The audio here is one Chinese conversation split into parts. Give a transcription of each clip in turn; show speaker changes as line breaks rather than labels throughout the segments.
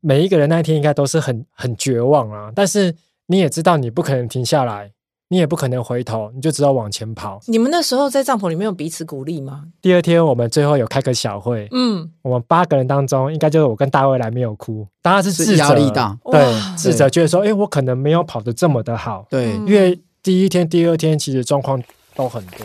每一个人那一天应该都是很很绝望啊，但是你也知道你不可能停下来，你也不可能回头，你就只好往前跑。
你们那时候在帐篷里面有彼此鼓励吗？
第二天我们最后有开个小会，
嗯，
我们八个人当中，应该就是我跟大卫来没有哭，当然是
是
自责
压力大，
哇
对，自责觉得说，哎，我可能没有跑得这么的好，
对，
嗯
因为第一天、第二天其实状况都很多。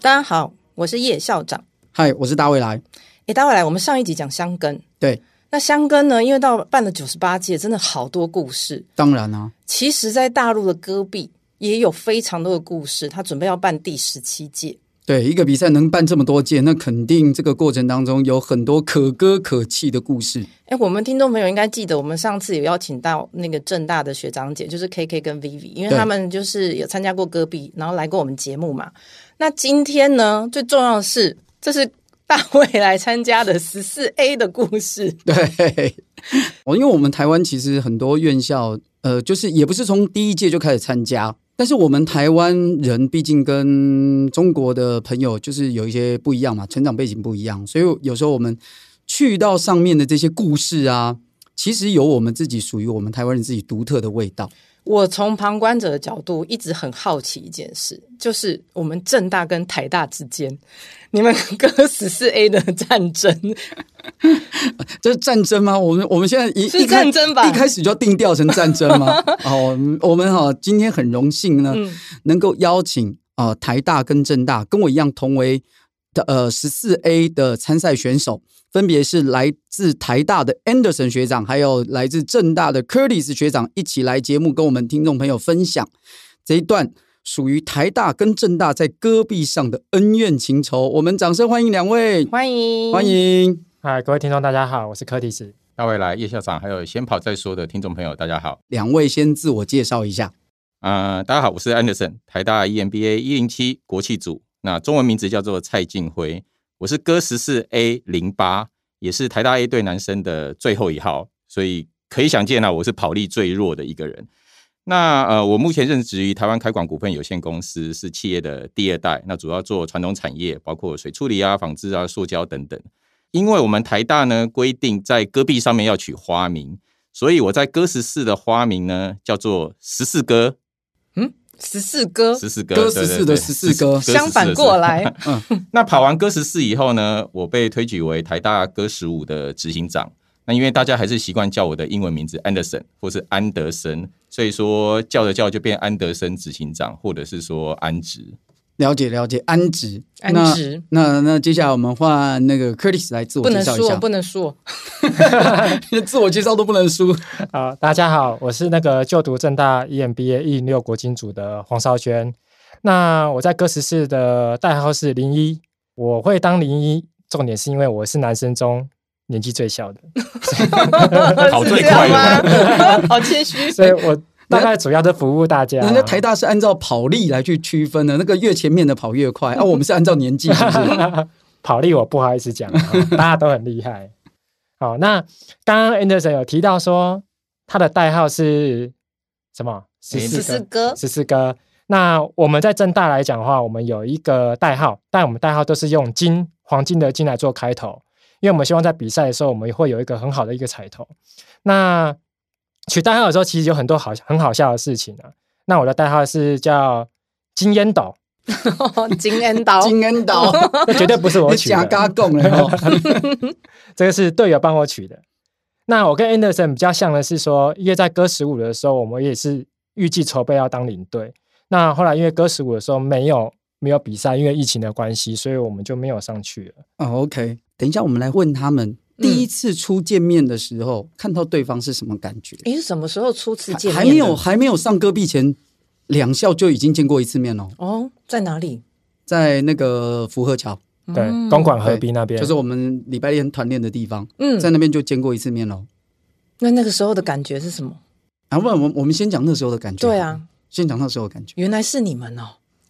大家好，我是叶校长。
嗨，我是大未来。
诶，待会来，我们上一集讲香根，
对，
那香根呢？因为到办了九十八届，真的好多故事。
当然啊，
其实，在大陆的戈壁也有非常多的故事。他准备要办第十七届，
对一个比赛能办这么多届，那肯定这个过程当中有很多可歌可泣的故事。
哎，我们听众朋友应该记得，我们上次有邀请到那个正大的学长姐，就是 K K 跟 Vivi，因为
对
他们就是有参加过戈壁，然后来过我们节目嘛。那今天呢，最重要的是，这是大卫来参加的十四 A 的故事。
对，哦，因为我们台湾其实很多院校，呃，就是也不是从第一届就开始参加，但是我们台湾人毕竟跟中国的朋友就是有一些不一样嘛，成长背景不一样，所以有时候我们去到上面的这些故事啊，其实有我们自己属于我们台湾人自己独特的味道。
我从旁观者的角度一直很好奇一件事，就是我们正大跟台大之间，你们各十四 A 的战争，
这是战争吗？我们我们现在一
是
一开
战争吧
一开始就要定调成战争 吗？哦，我们我们哈、今天很荣幸呢，
嗯
能够邀请啊、呃台大跟政大跟我一样同为的呃十四 A 的参赛选手，分别是来自台大的 Anderson 学长，还有来自政大的 Curtis 学长，一起来节目跟我们听众朋友分享这一段。属于台大跟政大在戈壁上的恩怨情仇，我们掌声欢迎两位，
欢迎
欢。迎。
嗨，各位听众，大家好，我是柯蒂斯。
大未来叶校长，还有先跑再说的听众朋友，大家好。
两位先自我介绍一下。
啊，大家好，我是 Anderson，台大 E EMBA 一零七国际组，那中文名字叫做蔡进辉，我是哥十四 A 零八，也是台大 A 队男生的最后一号，所以可以想见啊，我是跑力最弱的一个人。那呃，我目前任职于台湾开广股份有限公司，是企业的第二代，那主要做传统产业，包括水处理啊、纺织啊、塑胶等等。因为我们台大呢规定在戈壁上面要取花名，所以我在哥十四的花名呢叫做十四哥，
十四哥，
十四哥，嗯
哥
对对
14的
对
14哥
14
相反过来。
那跑完哥十四以后呢，我被推举为台大哥十五的执行长。那因为大家还是习惯叫我的英文名字 Anderson 或是安德森，所以说叫着叫就变安德森执行长，或者是说安职。
了解了解，安植，
安
那
植
那那接下来我们换那个 Curtis 来自我
不
介
能
绍一
说，
下，
不能说。
自我介绍都不能输。
啊、大家好，我是那个就读正大 E EMBA 一零六国金组的黄少轩。那我在歌十四的代号是零一，我会当零一，重点是因为我是男生中年纪最 小的，
跑
是
最
这样
快
吗？好 谦虚。
所以我大概主要在服务大家。
啊
人家台大是按照跑力来去区分的，那个越前面的跑越快，啊，我们是按照年 纪，是不是？
跑力我不好意思讲、啊，大家都很厉害。好，那刚刚 Anderson 有提到说他的代号是什么？十
14
十四
四
哥
哥，，十四哥。那我们在正大来讲的话，我们有一个代号，但我们代号都是用金黄金的金来做开头，因为我们希望在比赛的时候，我们会有一个很好的一个彩头。那取代号的时候，其实有很多好很好笑的事情啊。那我的代号是叫金烟斗，
金恩刀，
金恩 岛，
这绝对不是我
你
取的
假，嘎贡了哦，
这个是队友帮我取的。那我跟 Anderson 比较像的是说，因为在歌十五的时候，我们也是预计筹备要当领队。那后来因为歌十五的时候没有没有比赛，因为疫情的关系，所以我们就没有上去了。
哦，OK，等一下我们来问他们，
嗯
第一次初见面的时候，看到对方是什么感觉？
你是什么时候初次见面
还
的？
没有还没有上戈壁前，两校就已经见过一次面了，
哦，在哪里？
在那个福和桥，
对
嗯，
东莞河滨那边，
就是我们礼拜天团练的地方，
嗯，
在那边就见过一次面了。
那那个时候的感觉是什么？
啊，不然我们我们先讲那时候的感觉。
对，啊，
先讲那时候的感觉。
原来是你们哦，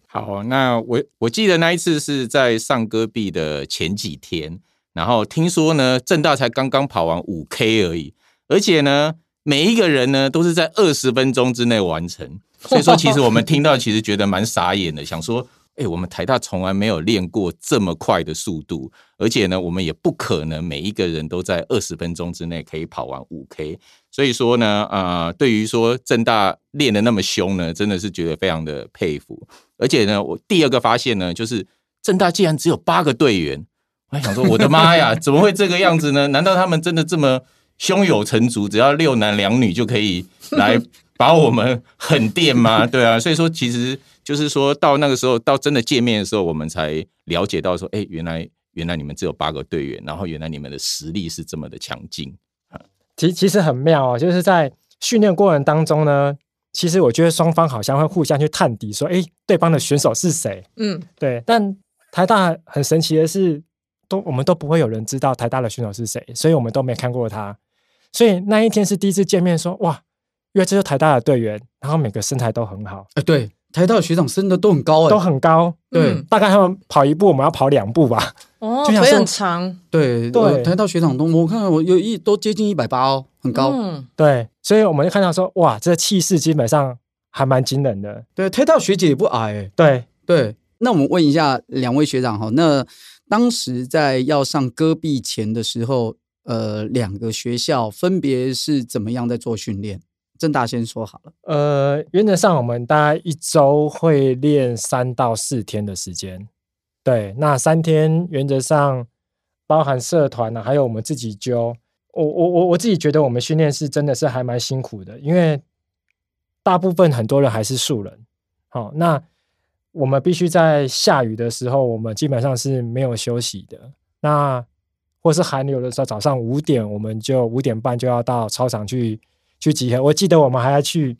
好，那我我记得那一次是在上戈壁的前几天，然后听说呢，正大才刚刚跑完五 K 而已，而且呢，每一个人呢都是在二十分钟之内完成， 所以说其实我们听到其实觉得蛮傻眼的，想说。哎、我们台大从来没有练过这么快的速度，而且呢，我们也不可能每一个人都在二十分钟之内可以跑完五 K。所以说呢，呃，对于说正大练的那么凶呢，真的是觉得非常的佩服。而且呢，我第二个发现呢，就是正大竟然只有八个队员，我还想说，我的妈呀，怎么会这个样子呢？难道他们真的这么胸有成竹，只要六男两女就可以来把我们狠电吗？对啊，所以说其实就是说到那个时候，到真的见面的时候，我们才了解到说，哎，原来原来你们只有八个队员，然后原来你们的实力是这么的强劲。
其其实很妙哦，就是在训练过程当中呢，其实我觉得双方好像会互相去探底，说，诶，对方的选手是谁？
嗯，
对，但台大很神奇的是，都我们都不会有人知道台大的选手是谁，所以我们都没看过他。所以那一天是第一次见面说哇，因为这是台大的队员，然后每个身材都很好，
哎，对，台大的学长升的都很高哎，
呃都很高，
对
嗯
大概他们跑一步，我们要跑两步吧。
哦，
就想说
腿很长，
对
对
呃台大学长都我看我有一都接近一百八哦，很高。
嗯，
对，所以我们就看到说哇，这气势基本上还蛮惊人的。
对，台大学姐也不矮哎。
对，
对，那我们问一下两位学长哈，那当时在要上戈壁前的时候，呃，两个学校分别是怎么样在做训练？郑大先说好了，
呃，原则上我们大概一周会练三到四天的时间。对，那三天原则上包含社团啊，还有我们自己揪。我我我我自己觉得我们训练是真的是还蛮辛苦的，因为大部分很多人还是素人。好、那我们必须在下雨的时候，我们基本上是没有休息的。那或是寒流的时候，早上五点我们就五点半就要到操场去去集合。我记得我们还要去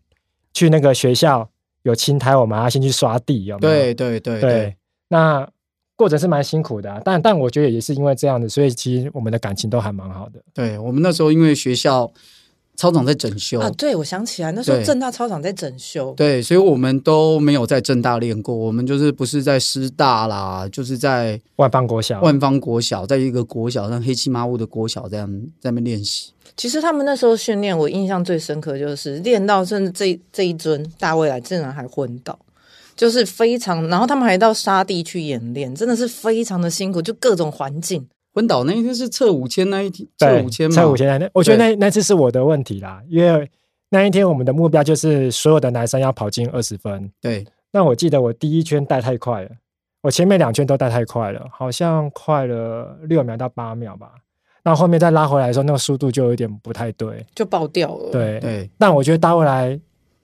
去那个学校有青苔，我们还要先去刷地，有没有？
对对对
对，那过程是蛮辛苦的啊、但但我觉得也是因为这样子，所以其实我们的感情都还蛮好的。
对，我们那时候因为学校操场在整修，
啊，对，我想起来，那时候
对
正大操场在整修，
对，所以我们都没有在正大练过，我们就是不是在师大啦，就是在
万邦国小，
万方国小，在一个国小，像黑漆麻乌的国小这样在那边练习。
其实他们那时候训练，我印象最深刻就是练到甚至这这一尊大未来竟然还昏倒，就是非常，然后他们还到沙地去演练，真的是非常的辛苦，就各种环境。
昏倒那一天是测五千那一天，测
对，
五千嘛，
蔡五千那，我觉得那那次是我的问题啦，因为那一天我们的目标就是所有的男生要跑进二十分。
对，
那我记得我第一圈带太快了，我前面两圈都带太快了，好像快了六秒到八秒吧。那后面再拉回来的时候，那个速度就有点不太对。
就爆掉了。，
对，
对
但我觉得大未来，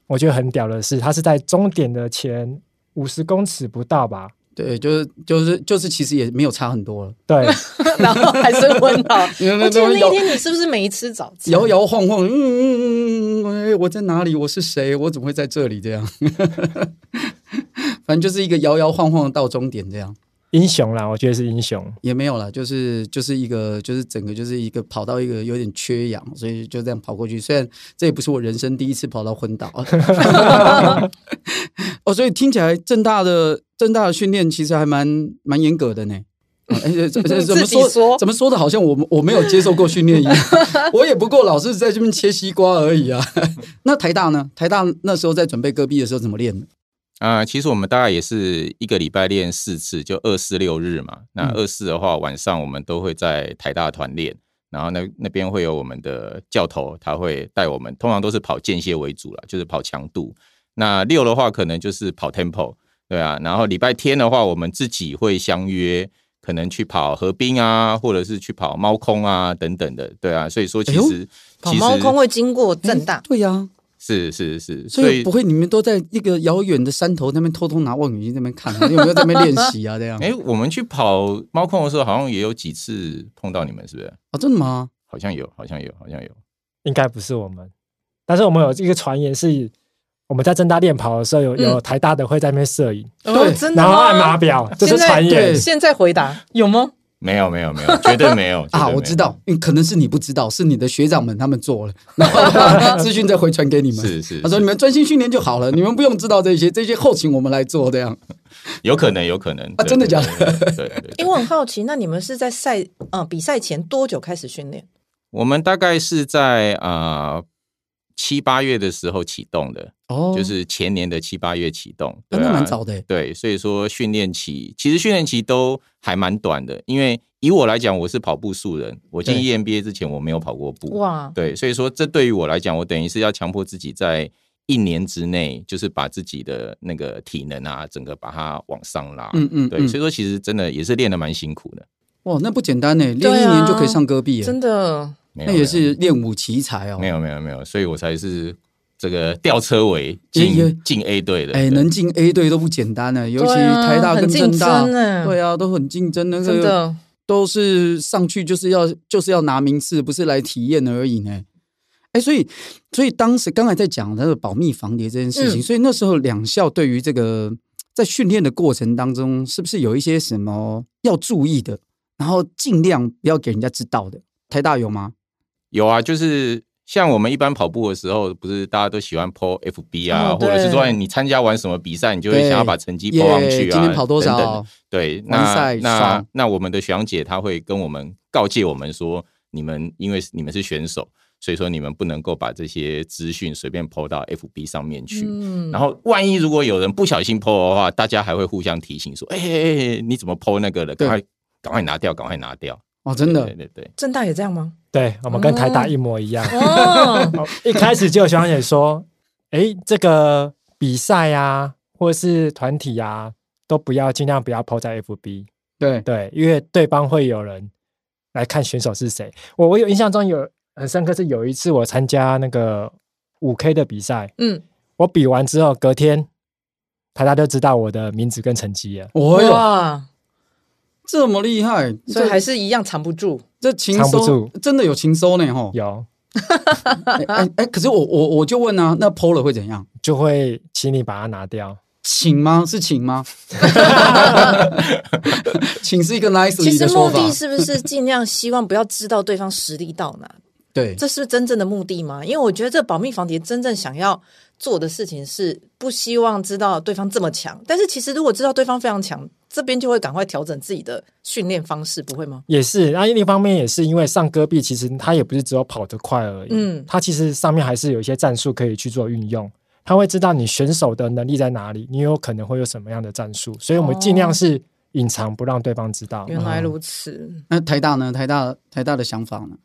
我觉得很屌的是，他是在终点的前五十公尺不到吧？
对，就是就是就是，其实也没有差很多了，
对，
然后还是昏倒。
因为
我记得那一
摇
天你是不是没吃早餐？
摇摇晃晃，嗯嗯嗯嗯嗯，哎，我在哪里？我是谁？我怎么会在这里？这样， 反正就是一个摇摇晃晃到终点，这样
英雄啦，我觉得是英雄。
也没有了，就是就是一个就是整个就是一个跑到一个有点缺氧，所以就这样跑过去。虽然这也不是我人生第一次跑到 昏倒， 哦，所以听起来正大的正大的训练其实还蛮蛮严格的呢。啊哎，这 这怎么
自己
说？
说
怎么说的？好像我我没有接受过训练 一样，我也不过老是在这边切西瓜而已啊。 那台大呢？台大那时候在准备戈壁的时候怎么练的？
啊、其实我们大概也是一个礼拜练四次，就二四六日嘛。那二四的话，晚上我们都会在台大团练，然后那那边会有我们的教头，他会带我们，通常都是跑间歇为主了，就是跑强度。那六的话，可能就是跑 tempo，对啊。然后礼拜天的话，我们自己会相约，可能去跑河滨啊，或者是去跑猫空啊等等的，对啊。所以说，其
哎呦
实、
跑
其实
猫空会经过正大
哎，对呀、
是是是，
所以不会你们都在一个遥远的山头那边偷偷拿望远镜在那边看、啊， 你有没有在那边练习啊？这样
哎、我们去跑猫空的时候，好像也有几次碰到你们，是不是？
啊，真的吗？
好像有，好像有，好像有。
应该不是我们，但是我们有一个传言是，我们在正大练跑的时候，有有
嗯
台大的会在那边摄影，
哦，真的
然后
吗？
按码表，这是
现在
传言
对。
现在回答有吗？
没有没有 没有，绝对没有
啊，我知，道，嗯可能是你不知道，是你的学长们他们做 了，然后资讯再回传给你
绝
们。
对没有是是，
他说：“
是
你们专心训练就好了，你 们不用知道这些，这些后勤我们来做。”这样
有可能有可能
啊
对
真的假的
对对对对对，
因为我很好奇，那你们是在赛呃比赛前多久开始训练？
我们大概是在啊七八月的时候启动的，
哦
就是前年的七八月启动，对
真
啊
的蛮早的欸。
对，所以说训练期其实训练期都还蛮短的，因为以我来讲，我是跑步素人，我进
对
E EMBA 之前我没有跑过步，
哇，
对，所以说这对于我来讲，我等于是要强迫自己在一年之内，就是把自己的那个体能啊，整个把它往上拉。
嗯嗯，
啊对，
嗯
所以说其实真的也是练的蛮辛苦的，
哇，那不简单呢，
对啊
练一年就可以上戈壁耶，欸
真的
啊没有
那也是练武奇才哦。
没，有没有没有没有，所以我才是这个吊车尾
也也
进进 A 队的。
哎，
对
能进 A 队都不简单呢，尤其
对啊
台大跟
很竞
政大
争，呢
对啊，都很竞争，那
真
个
的
都是上去就是要就是要拿名次，不是来体验而已呢。哎，所以所以当时刚才在讲那个保密防谍这件事
嗯
情，所以那时候两校对于这个在训练的过程当中，是不是有一些什么要注意的，然后尽量不要给人家知道的？台大有吗？
有啊，就是像我们一般跑步的时候，不是大家都喜欢 PO FB 啊，
哦
或者是
对
说哎你参加完什么比赛，你就会
对
想要把成绩
耶
PO 上去啊，
今天跑多少？
等等对，
完
那
赛
那
爽
那我们的学长姐她会跟我们告诫我们说，你们因为你们是选手，所以说你们不能够把这些资讯随便 PO 到 FB 上面去。
嗯
然后，万一如果有人不小心 PO 的话，大家还会互相提醒说：“哎、哎哎、你怎么 PO 那个了？赶快赶快拿掉，赶快拿掉！”
哦，真
对
的，
对对，
正大也这样吗？
对，我们跟台大一模一样。
哦，
哦一开始就有学长姐说：“诶，这个比赛啊，或是团体啊，都不要尽量不要 PO 在 FB，
对，
对，因为对方会有人来看选手是谁。我我有印象中有很深刻是有一次我参加那个五 K 的比赛，
嗯，
我比完之后隔天，台大就知道我的名字跟成绩了。
哦哟，
哇，
这么厉
所
害，
以
这
还是一样藏不住。
这情
藏不
收真的有情收呢 吼。
有
哎哎哎，可是我我我就问啊，那 PO 了会怎样？
就会请你把它拿掉。
请吗？是请吗？ 请是一个 nicely
其实
的说
目
法
的，是不是尽量希望不要知道对方实力到 哪？
对
这是真正的目的吗？因为我觉得这保密防谍真正想要做的事情是不希望知道对方这么强，但是其实如果知道对方非常强，这边就会赶快调整自己的训练方式，不会吗？
也是，那另一方面也是因为上戈壁，其实它也不是只有跑得快而已，
嗯
它其实上面还是有一些战术可以去做运用。他会知道你选手的能力在哪里，你有可能会有什么样的战术，所以我们尽量是隐藏，不让对方知道。
哦原来如此，
那台大呢？台大台大的想法呢？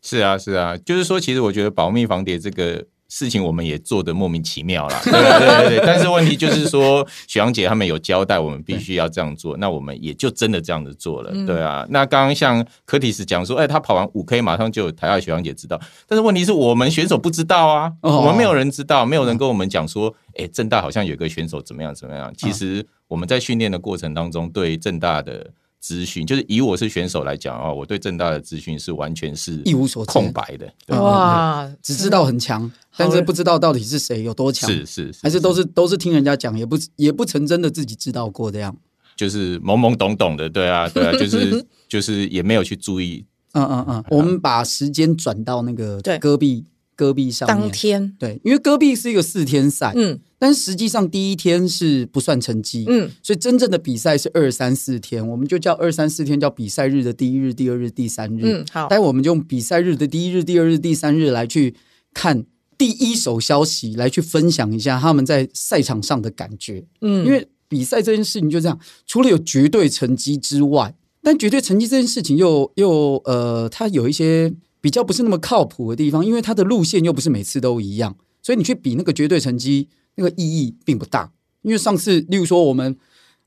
是啊是啊，就是说，其实我觉得保密防谍这个。事情我们也做得莫名其妙啦，对对对对，但是问题就是说，许阳姐他们有交代，我们必须要这样做，那我们也就真的这样子做了，
嗯
对啊。那刚刚像柯蒂斯讲说，哎，他跑完五 K 马上就有台下许阳姐知道，但是问题是我们选手不知道啊，
哦
我们没有人知道，没有人跟我们讲说，哎，正大好像有个选手怎么样怎么样。其
哦
实我们在训练的过程当中，对正大的资讯，就是以我是选手来讲啊，我对正大的资讯是完全是
一无所知
空白的，对
嗯
哇，
只知道很强，但是不知道到底是谁有多强，
是是
还是都是都是听人家讲，也不也不曾真的自己知道过这样。
就是懵懵懂懂的，对啊对啊，就是就是也没有去注意，
嗯嗯嗯，我们把时间转到那个
对
戈壁戈壁上
当
面，
天，
对，因为戈壁是一个四天赛，
嗯
但是实际上第一天是不算成绩，
嗯，
所以真正的比赛是二三四天，我们就叫二三四天叫比赛日的第一日、第二日、第三日。
嗯好
但我们就用比赛日的第一日、第二日、第三日来去看第一手消息，来去分享一下他们在赛场上的感觉。
嗯
因为比赛这件事情就这样，除了有绝对成绩之外，但绝对成绩这件事情又又呃，它有一些比较不是那么靠谱的地方，因为它的路线又不是每次都一样，所以你去比那个绝对成绩，那个意义并不大。因为上次，例如说我们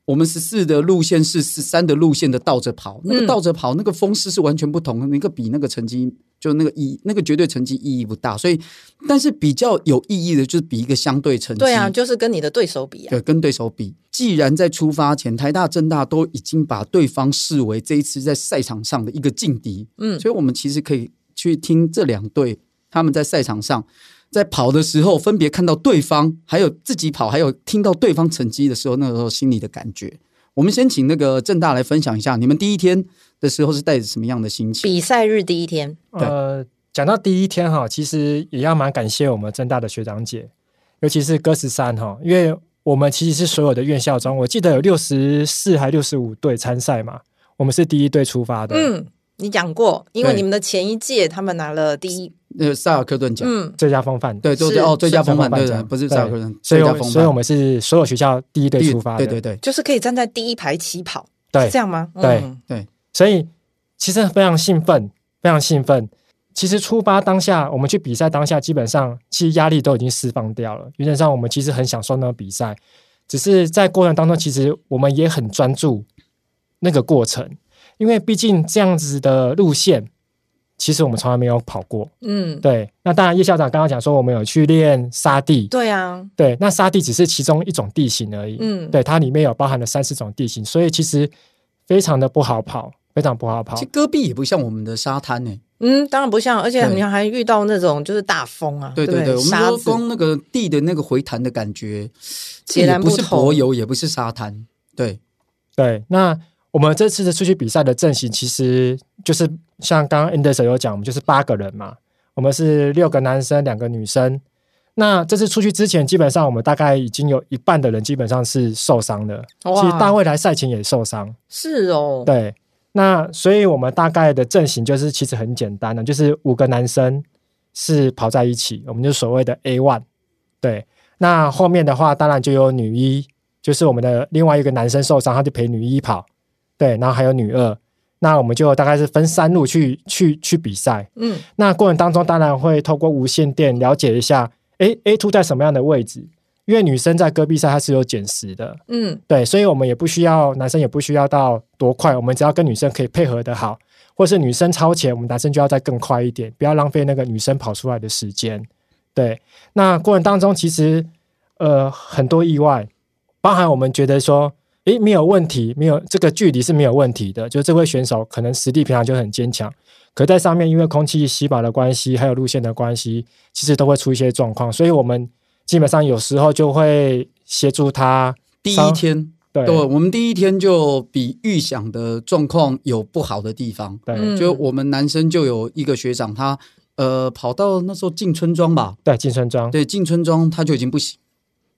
我们十四的路线是十三的路线的倒着跑，那个
嗯
倒着跑、那个风势是完全不同的，那个比那个成绩就那个意那个绝对成绩意义不大。所以，但是比较有意义的就是比一个相对成绩，
对啊，就是跟你的对手比啊，
对，跟对手比。既然在出发前，台大、政大都已经把对方视为这一次在赛场上的一个劲敌，
嗯
所以我们其实可以去听这两队他们在赛场上，在跑的时候，分别看到对方，还有自己跑，还有听到对方成绩的时候，那个时候心里的感觉。我们先请那个正大来分享一下，你们第一天的时候是带着什么样的心情？
比赛日第一天，
对
呃，讲到第一天哈，其实也要蛮感谢我们正大的学长姐，尤其是哥十三哈，因为我们其实是所有的院校中，我记得有六十四还六十五队参赛嘛，我们是第一队出发的，，
嗯，你讲过，因为
对
你们的前一届他们拿了第一，
呃，塞尔克顿奖，
嗯，
最佳风范，
对，最
是
佳哦，最佳风范，对
最佳风范
对，
奖
不是塞尔克顿，
所
最
以我
佳风
所以我
范，
们是所有学校第一队
第
出发的，
对对对，
就是可以站在第一排起跑，
对
是这样吗？
对
嗯
所以其实非常兴奋，非常兴奋。其实出发当下，我们去比赛当下，基本上其实压力都已经释放掉了。原则上，我们其实很享受那个比赛，只是在过程当中，其实我们也很专注那个过程，因为毕竟这样子的路线，其实我们从来没有跑过。
嗯，
对，那当然叶校长刚刚讲说，我们有去练沙地，
对啊，
对，那沙地只是其中一种地形而已。
嗯，
对，它里面有包含了三四种地形，所以其实非常的不好跑，非常不好跑
其实。戈壁也不像我们的沙滩欸呢，
嗯，当然不像，而且
对
你还遇到那种就是大风啊，
对
对
对对，我们
沙
说
子
光那个地的那个回弹的感觉，
截
也
然
不
不
是
同
柏油，也不是沙滩，对，
对，那我们这次的出去比赛的阵型，其实就是像刚刚 Anderson 有讲，我们就是八个人嘛，我们是六个男生，两个女生。那这次出去之前，基本上我们大概已经有一半的人基本上是受伤的，
哇
其实大卫来赛前也受伤。
是哦，
对，那所以我们大概的阵型就是其实很简单的，就是五个男生是跑在一起，我们就所谓的 A one。对，那后面的话当然就有女一，就是我们的另外一个男生受伤，他就陪女一跑。对，然后还有女二，那我们就大概是分三路去去去比赛。
嗯，
那过程当中当然会透过无线电了解一下，诶 a two 在什么样的位置？因为女生在戈壁赛它是有减时的，
嗯
对，所以我们也不需要男生也不需要到多快，我们只要跟女生可以配合的好，或是女生超前，我们男生就要再更快一点，不要浪费那个女生跑出来的时间。对，那过程当中其实呃很多意外，包含我们觉得说，诶没有问题，没有这个距离是没有问题的，就这位选手可能实力平常就很坚强，可在上面因为空气稀薄的关系，还有路线的关系，其实都会出一些状况，所以我们基本上有时候就会协助他。
第一
稍
天。
对
对，我们第一天就比预想的状况有不好的地方，
对、
嗯
就我们男生就有一个学长，他呃跑到那时候进村庄吧，
对，进村庄，
对，进村庄他就已经不行，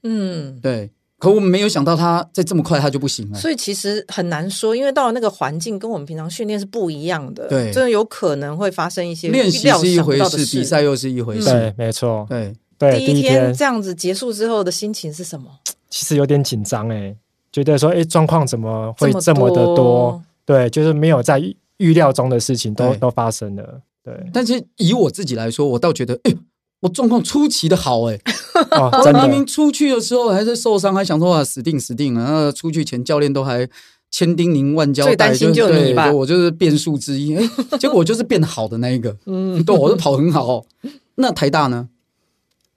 嗯。
对，可我们没有想到他在这么快他就不行了，
所以其实很难说，因为到了那个环境跟我们平常训练是不一样的，
对
真的有可能会发生一些
练习
预料
是一
想不
回
到的嗯
事，比赛又是一回事，
对，没错，
对，
对，
第一
一
天
天
这样子结束之后的心情是什么？
其实有点紧张哎，觉得说哎状况怎么会这么的多？
多，
对，就是没有在预预料中的事情都
对，
都发生了，对
但是以我自己来说，我倒觉得，哎、我状况出奇的好、哎。
哦，真
明
的
明出去的时候还是受伤，还想说啊死定死定了。那出去前教练都还千叮咛万交代，
最担心
就
就你
对
吧
就我就是变数 之一。哎、结果我就是变好的那一个，
嗯，
对，我是跑很好、哦。那台大呢？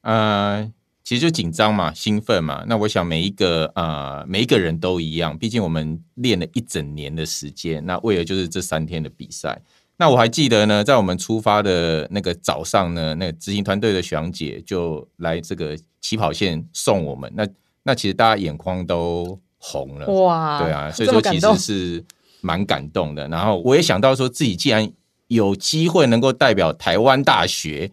呃，其实就紧张嘛，兴奋嘛。那我想每一个呃每一个人都一样，毕竟我们练了一整年的时间，那为了就是这三天的比赛。那我还记得呢，在我们出发的那个早上呢，那个执行团队的学长姐就来这个起跑线送我们。那那其实大家眼眶都红了，
哇，
对啊，所以
这么
说
感
其
动
实，是蛮感动的。然后我也想到说，自己既然有机会能够代表台湾 大学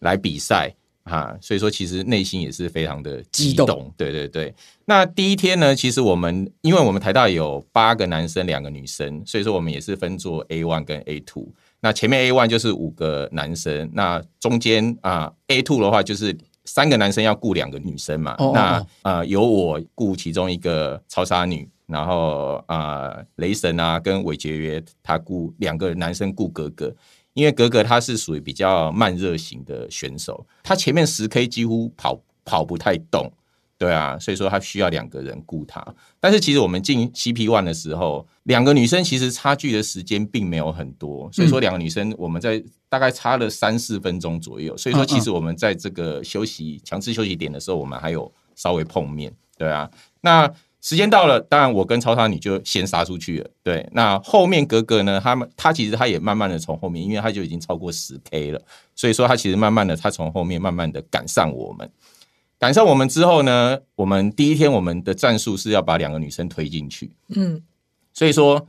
来比赛啊，所以说其实内心也是非常的激
激动
动。对对对。那第一天呢，其实我们因为我们台大有八个男生，两个女生，所以说我们也是分做 A one 跟 A two。那前面 A one 就是五个男生，那中间啊、A two 的话就是三个男生要雇两个女生嘛。
哦哦哦
那呃由我雇其中一个超杀女，然后呃雷神啊跟韦杰约他雇两个男生雇格格，因为格格他是属于比较慢热型的选手，他前面十 K 几乎跑跑不太动，对啊，所以说他需要两个人顾他。但是其实我们进 CP One 的时候，两个女生其实差距的时间并没有很多，所以说两个女生我们在大概差了三四分钟左右。所以说其实我们在这个休息强制休息点的时候，我们还有稍微碰面，对啊。那时间到了，当然我跟超超你就先杀出去了。对，那后面格格呢？他们他其实他也慢慢的从后面，因为他就已经超过十 K 了，所以说他其实慢慢的他从后面慢慢的赶上我们。赶上我们之后呢，我们第一天我们的战术是要把两个女生推进去，
嗯，
所以说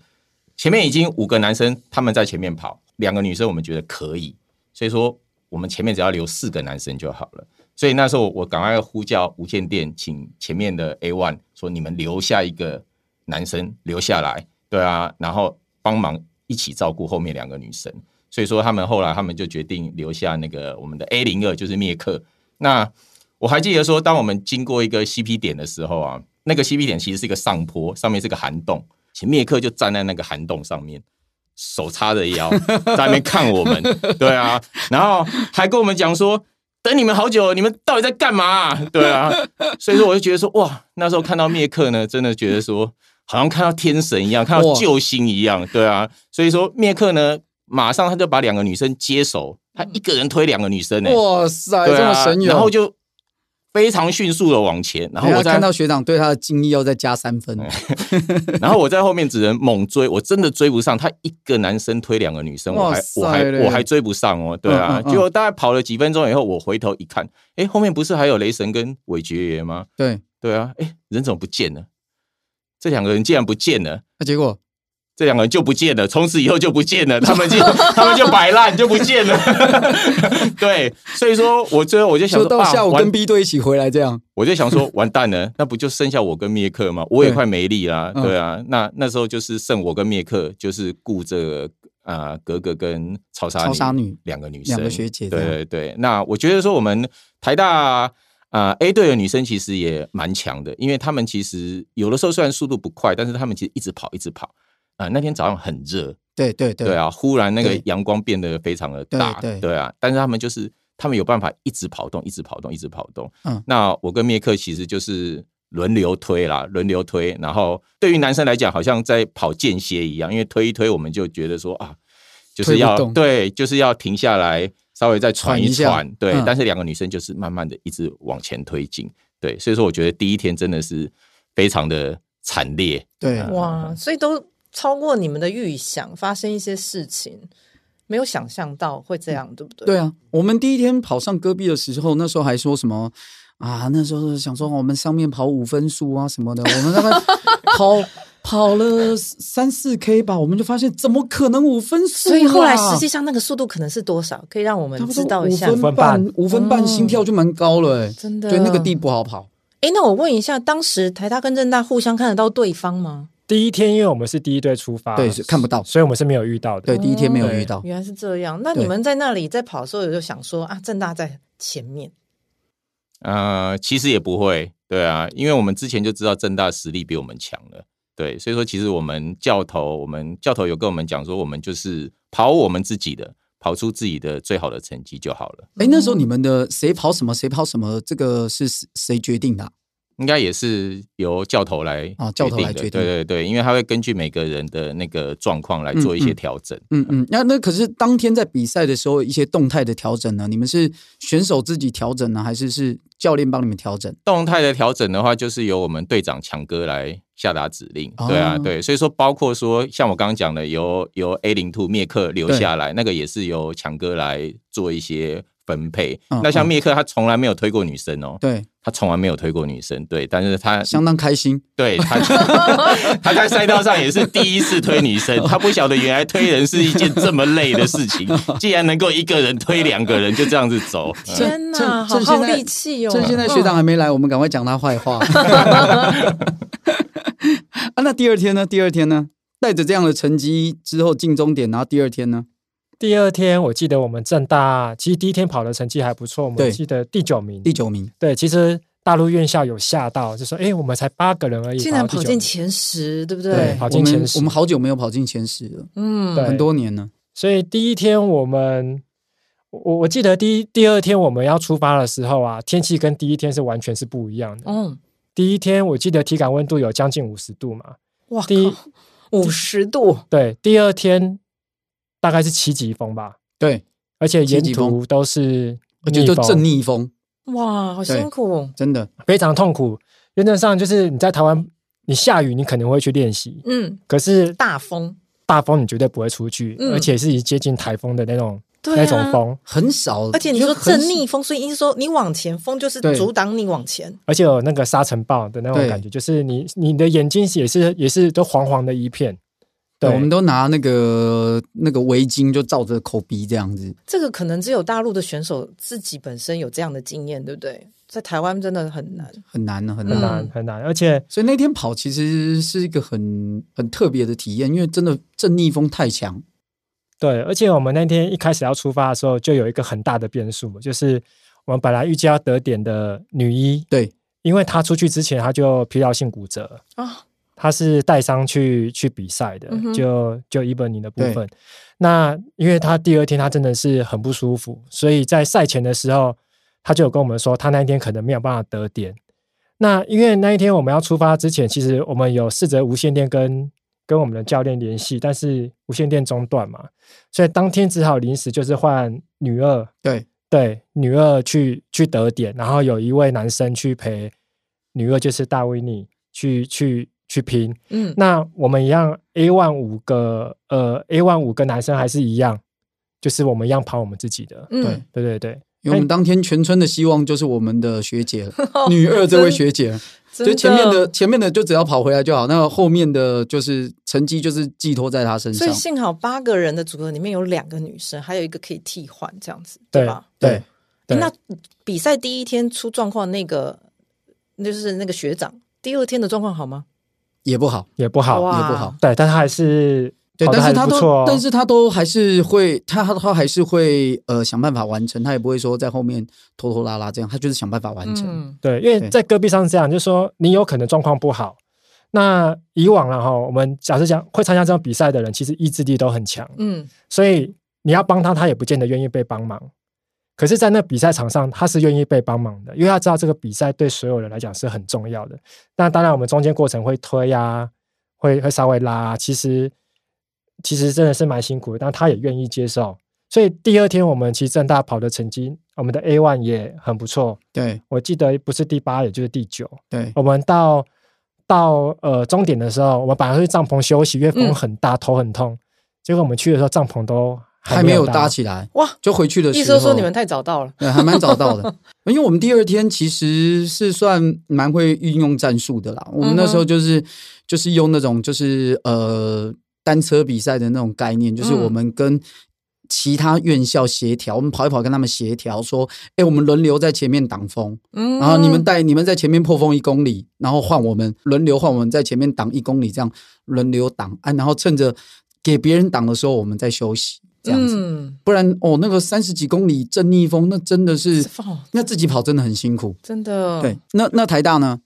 前面已经五个男生他们在前面跑，两个女生我们觉得可以，所以说我们前面只要留四个男生就好了。所以那时候我赶快呼叫无线电，请前面的 A one 说你们留下一个男生留下来，对啊，然后帮忙一起照顾后面两个女生。所以说他们后来他们就决定留下那个我们的 A 零二，就是灭克。那我还记得说，当我们经过一个 CP 点的时候啊，那个 CP 点其实是一个上坡，上面是个涵洞，其实灭克就站在那个涵洞上面。手叉着腰在那边看我们，对啊，然后还跟我们讲说，等你们好久，你们到底在干嘛、啊？对啊，所以说我就觉得说，哇，那时候看到灭克呢，真的觉得说，好像看到天神一样，看到
哇
救星一样，对啊，所以说灭克呢，马上他就把两个女生接手，他一个人推两个女生呢、
哇塞，
对
这么
啊
神，勇！
然后就啊非常迅速的往前，然后
等
我
一下
在
看到学长对他的敬意要再加三分，
然后我在后面只能猛追，我真的追不上。他一个男生推两个女生，我
哇
还
塞
我还
嘞
我还追不上哦。对
嗯，
啊
嗯嗯
结果大概跑了几分钟以后，我回头一看，哎，后面不是还有雷神跟韦爵爷吗？
对，
对啊，哎，人怎么不见了？这两个人竟然不见了。
那结果
这两个人就不见了，从此以后就不 见了，他们就他们就摆烂就不见了。对，所以说我最后我就想
就
说，
到
啊
下午
完
跟 B 队一起回来这样，
我就想说，完蛋了，那不就剩下我跟灭克吗？我也快没力啦，
嗯
对啊。那那时候就是剩我跟灭克，就是顾这个啊格格跟超杀
超杀女
两个女生，
两个学姐这
对
样
对对。那我觉得说我们台大。啊、a 队的女生其实也蛮强的，因为她们其实有的时候虽然速度不快，但是她们其实一直跑，一直跑。啊、那天早上很热，
对对对
对，啊，忽然那个
对
阳光变得非常的大，
对对
啊，但是他们就是他们有办法一直跑动，一直跑动，一直跑动。
嗯
那我跟灭克其实就是轮流推啦，轮流推。然后对于男生来讲，好像在跑间歇一样，因为推一推，我们就觉得说啊，就是
推不
要
动
对，就是要停下来稍微再喘
喘一
一
下
喘。对，
嗯
但是两个女生就是慢慢的一直往前推进。对，所以说我觉得第一天真的是非常的惨烈。
对
嗯
哇，所以都超过你们的预想，发生一些事情，没有想象到会这样，对不对？
对啊，我们第一天跑上戈壁的时候，那时候还说什么啊？那时候想说我们上面跑五分数啊什么的，我们大 概跑跑了三四 K 吧，我们就发现怎么可能五分数、啊？
所以后来实际上那个速度可能是多少，可以让我们
差不
知
多
道一下嗯
五
吗。
分半，五分半
哦
心跳就蛮高了、欸，
真的
对，那个地不好跑。
哎，那我问一下，当时台大跟正大互相看得到对方吗？
第一天，因为我们是第一队出发，
对是看不到
所以我们是没有遇到的。
对，第一天没有遇到，
原来是这样。那你
对
们在那里在跑的时候，有就想说啊，正大在前面，
呃，其实也不会，对啊，因为我们之前就知道正大实力比我们强了，对，所以说其实我们教头，我们教头有跟我们讲说，我们就是跑我们自己的，跑出自己的最好的成绩就好了。
哎、那时候你们的谁跑什么，谁跑什么，这个是谁谁决定的啊、
应该也是由教头来
哦教头来
的
决定
对对对，因为他会根据每个人的那个状况来做一些
嗯嗯
调整。啊
嗯嗯，那那可是当天在比赛的时候一些动态的调整呢？你们是选手自己调整呢，还是是教练帮你们调整？
动态的调整的话，就是由我们队长强哥来下达指令。
哦
对啊，对，所以说包括说像我刚刚讲的，由由 A 零 two 灭克留下来，那个也是由强哥来做一些分配。
嗯
那像
嗯
灭克他从来没有推过女生哦，
对，
他从来没有推过女生，对，但是他
相当开心。
对他 他在赛道上也是第一次推女
哦
生，他不晓得原来推人是一件这么累的 事情，竟然能够一个人推两个人就这样子走。嗯
天哪，
趁
好
趁
耗
现在
力气哦！
趁现在学长还没来，我们赶快讲他坏话。 啊，那第二天呢？第二天呢？带着这样的成绩之后进终点，然后第二天呢？
第二天，我记得我们正大其实第一天跑的成绩还不错，我
对
们记得第九名。
第九名，
对，其实大陆院校有吓到，就说：“哎，我们才八个人而已，
竟然
到
跑
第九
进
名
前十，对不
对
对？
跑
我
进
们
前十
我们好久没有跑进前十了，
嗯，
对
很多年了。
所以第一天我们，我我记得第一第二天我们要出发的时候啊，天气跟第一天是完全是不一样的。
嗯，
第一天我记得体感温度有将近五十度嘛，
哇
第一
靠，五十度，
对，第二天大概是七级风吧，
对，
而且沿
七级
途
风
都是
我觉得
逆风
正逆风，
哇，好辛苦哦。
真的。
非常痛苦。原则上就是你在台湾你下雨你可能会去练习，
嗯，
可是
大风，
大风你绝对不会出去，
嗯
而且是接近台风的那种、
对啊
那种风，
很少，
而且你
就
说
很
正逆风，所以意思说你往前，风就是
对
阻挡你往前。
而且有那个沙尘暴的那种
对
感觉，就是你你的眼睛也是也是都黄黄的一片。
对，
对，
我们都拿那个那个围巾就罩着口鼻这样子。
这个可能只有大陆的选手自己本身有这样的经验，对不对？在台湾真的很难。
很难啊很
很
难。
难很难，而且
所以那天跑其实是一个很很特别的体验，因为真的正逆风太强，
对，而且我们那天一开始要出发的时候，就有一个很大的变数，就是我们本来预计要得点的女一，
对，
因为她出去之前她就疲劳性骨折
啊
她是带伤去去比赛的，
嗯哼
就就伊本尼的部
对
分。那因为她第二天她真的是很不舒服，所以在赛前的时候，她就有跟我们说，她那一天可能没有办法得点。那因为那一天我们要出发之前，其实我们有试着无线电跟跟我们的教练联系，但是无线电中断嘛，所以当天只好临时就是换女二，
对
对，女二去去得点，然后有一位男生去陪女二，就是大卫尼去去去拼。
嗯，
那我们一样，A one 五个呃 A one 五个男生还是一样，就是我们一样跑我们自己的。
对
嗯，
对对对，
因为我们当天全村的希望就是我们的 学姐女二这位学姐，
哦真
所以前面
的
的前面的就只要跑回来就好，那后面的就是成绩就是寄托在她身
所
上
以。幸好八个人的组合里面有两个女生，还有一个可以替换，这样子对吧？
对对
诶那比赛第一天出状况那个，就是那个学长，第二天的状况好吗？
也不好，
也不好，
哇
也不好。
对，但他还是
对，
跑得
但
还
是她
不
都，
错哦
但是她都还是会，她她她还是会呃想办法完成，她也不会说在后面拖拖拉拉这样，她就是想办法完成。
嗯，
对，因为
对
在戈壁上是这样，就是说你有可能状况不好。那以往然后我们假设讲会参加这种比赛的人，其实意志力都很强，
嗯，
所以你要帮他，他也不见得愿意被帮忙。可是，在那比赛场上，他是愿意被帮忙的，因为他知道这个比赛对所有人来讲是很重要的。那当然，我们中间过程会推啊，会会稍微拉、啊，其实其实真的是蛮辛苦的，但他也愿意接受。所以第二天，我们其实正大跑的成绩，我们的 A one 也很不错，
对
我记得不是第八，也就是第九。
对
我们到到呃终点的时候，我们本来去帐篷休息，因为风很大，头很痛。结果我们去的时候，帐篷都
还
没
没有搭
搭。
起来，
哇，
就回去的时
意
候，
思说你们太早到了。
对，还蛮早到的。因为我们第二天其实是算蛮会运用战术的啦。我们那时候
嗯
就是、就是用那种就是呃单车比赛的那种概念，就是
嗯
我们跟其他院校协调，我们跑一跑跟他们协调说，哎，我们轮流在前面挡风，
嗯，
然后你们带你们在前面破风一公里，然后换我们轮流换我们在前面挡一公里，这样轮流挡啊，然后趁着给别人挡的时候，我们再休息。这样子，
嗯，
不然哦，那个三十几公里正逆风，那真 的是
哦，
那自己跑真的很辛苦。
真的，
对，，那那台大呢？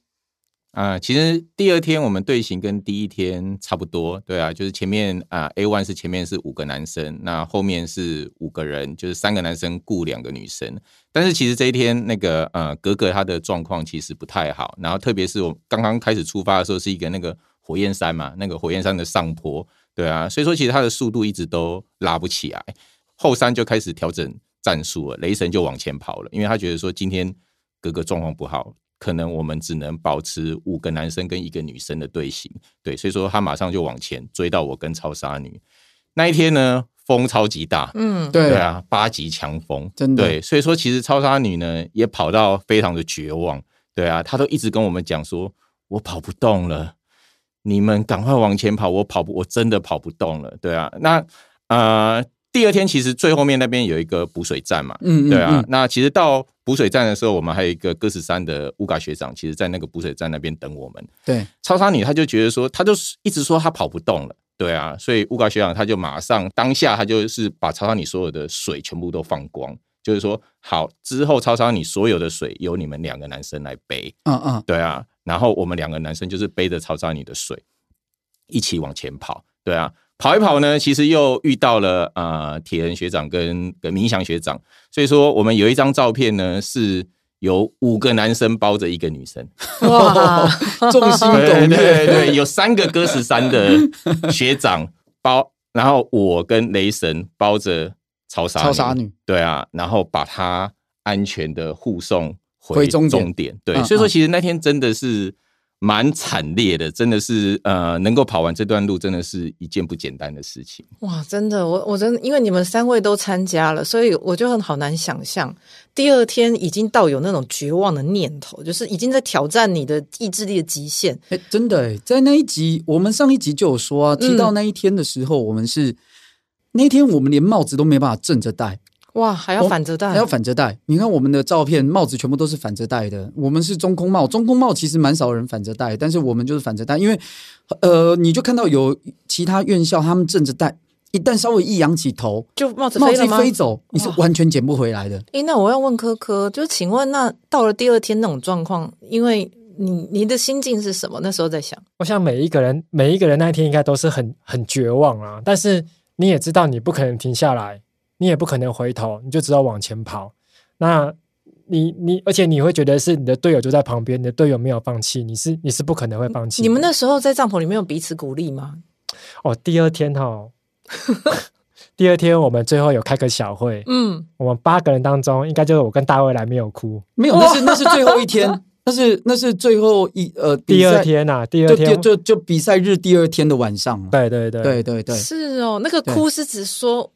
啊、其实第二天我们队形跟第一天差不多，对啊，就是前面啊、A one 是前面是五个男生，那后面是五个人，就是三个男生雇两个女生。但是其实这一天那个呃格格她的状况其实不太好，然后特别是我刚刚开始出发的时候是一个那个火焰山嘛，那个火焰山的上坡，对啊，所以说其实她的速度一直都拉不起来。后山就开始调整战术了，雷神就往前跑了，因为他觉得说今天格格状况不好，可能我们只能保持五个男生跟一个女生的队形，对，所以说他马上就往前追到我跟超杀女那一天呢，风超级大，
嗯，
对
对啊，八级强风，
真的
对，所以说其实超杀女呢也跑到非常的绝望，对啊，她都一直跟我们讲说，我跑不动了，你们赶快往前跑，我跑不，我真的跑不动了，对啊，那呃，第二天其实最后面那边有一个补水站嘛，
嗯，嗯
对啊，
嗯
那其实到补水站的时候，我们还有一个哥十三的乌嘎学长，其实在那个补水站那边等我们，
对，
超杀女她就觉得说，她就是一直说她跑不动了，对啊，所以乌嘎学长他就马上当下他就是把超杀女所有的水全部都放光，就是说好之后超杀女所有的水由你们两个男生来背，
嗯嗯，
对啊，然后我们两个男生就是背着超杀女的水一起往前跑，对啊。跑一跑呢，其实又遇到了呃铁人学长跟跟明祥学长，所以说我们有一张照片呢，是有五个男生包着一个女生，
哇，
众星
对
拱
对
月，
对，有三个哥十三的学长包，然后我跟雷神包着超杀
超杀女，
对啊，然后把他安全的护送
回终
终
点
点，对，
嗯
所以说
嗯
其实那天真的是蛮惨烈的，真的是呃，能够跑完这段路，真的是一件不简单的事情。
哇，真的，我我真的，因为你们三位都参加了，所以我就很好难想象，第二天已经到有那种绝望的念头，就是已经在挑战你的意志力的极限。
哎，真的哎，在那一集，我们上一集就有说啊，提
嗯
到那一天的时候，我们是那一天我们连帽子都没办法正着戴，
哇，还要反着戴，
哦还要反着戴。你看我们的照片，帽子全部都是反着戴的。我们是中空帽，中空帽其实蛮少人反着戴，但是我们就是反着戴，因为呃，你就看到有其他院校他们正着戴，一旦稍微一扬起头，
就帽子
帽
飞
子
了
一
吗？
飞走，你是
哇
完全捡不回来的。
诶，那我要问科科，就请问，那到了第二天那种状况，因为你你的心境是什么？那时候在想，
我想每一个人，每一个人那一天应该都是很很绝望啊。但是你也知道，你不可能停下来，你也不可能回头，你就只好往前跑。那你你，而且你会觉得是你的队友就在旁边，你的队友没有放弃，你是你是不可能会放弃的。
你们那时候在帐篷里面有彼此鼓励吗？
哦，第二天哦， 第二天我们最后有开个小会，
嗯，
我们八个人当中，应该就是我跟大卫来没有哭。
没有，那是那是最后一 天，那是那是最后一呃
第
比
二
赛
天呐、啊，第二
就就
天，
就就比赛日第二天的晚上了。
对对对
对对对，
是哦，那个
对
哭是指说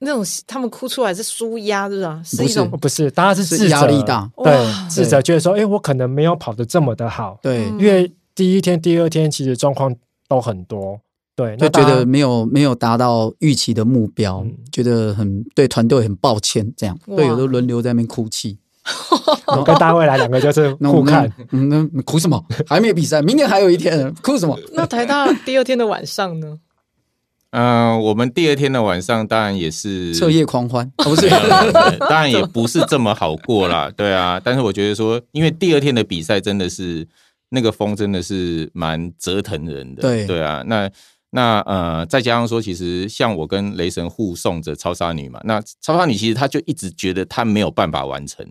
那种他们哭出来是舒压，是不是、啊？是
不
一
是
种
哦不是，大家是自
是
责
压力大，
哇
对，自责觉得说，哎，我可能没有跑得这么的好，
对，
嗯
因为第一天、第二天其实状况都很多，对，
就
那
觉
大
得
家
没有没有达到预期的目标，
嗯
觉得很对团队很抱歉，这样
哇
队友都轮流在那边哭泣。
我跟大卫来两个就是
那
互
我
看
们，嗯，那哭什么？还没比赛，明天还有一天，哭什么？
那台大第二天的晚上 呢？
嗯、我们第二天的晚上当然也是
彻夜狂 欢，啊不
呃没
是
有？啦，对当然也不是这么好过啦，对啊。但是我觉得说，因为第二天的比赛真的是那个风真的是蛮折腾人的，
对
对啊。那那呃，再加上说，其实像我跟雷神护送着超杀女嘛，那超杀女其实她就一直觉得她没有办法完成，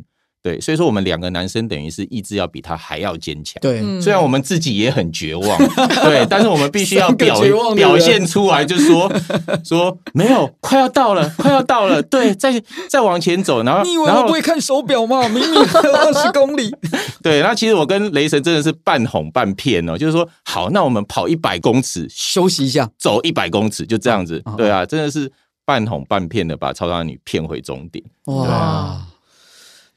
对，所以说我们两个男生等于是意志要比她还要坚强，
对，
嗯，
虽然我们自己也很 绝望，对，但是我们必须要
三个
表
绝望的人
表现出来，就说 说没有，快要到了，快要到了，对，再再往前走，然后
你以为
然
我
后
不会看手表吗？明明还有二十公里。
对，那其实我跟雷神真的是半哄半骗哦，就是说好，那我们跑一百公 尺，
休息一下，
走一百公尺，就这样子
啊啊，
对啊，真的是半哄半骗的把超大女骗回终点。
哇！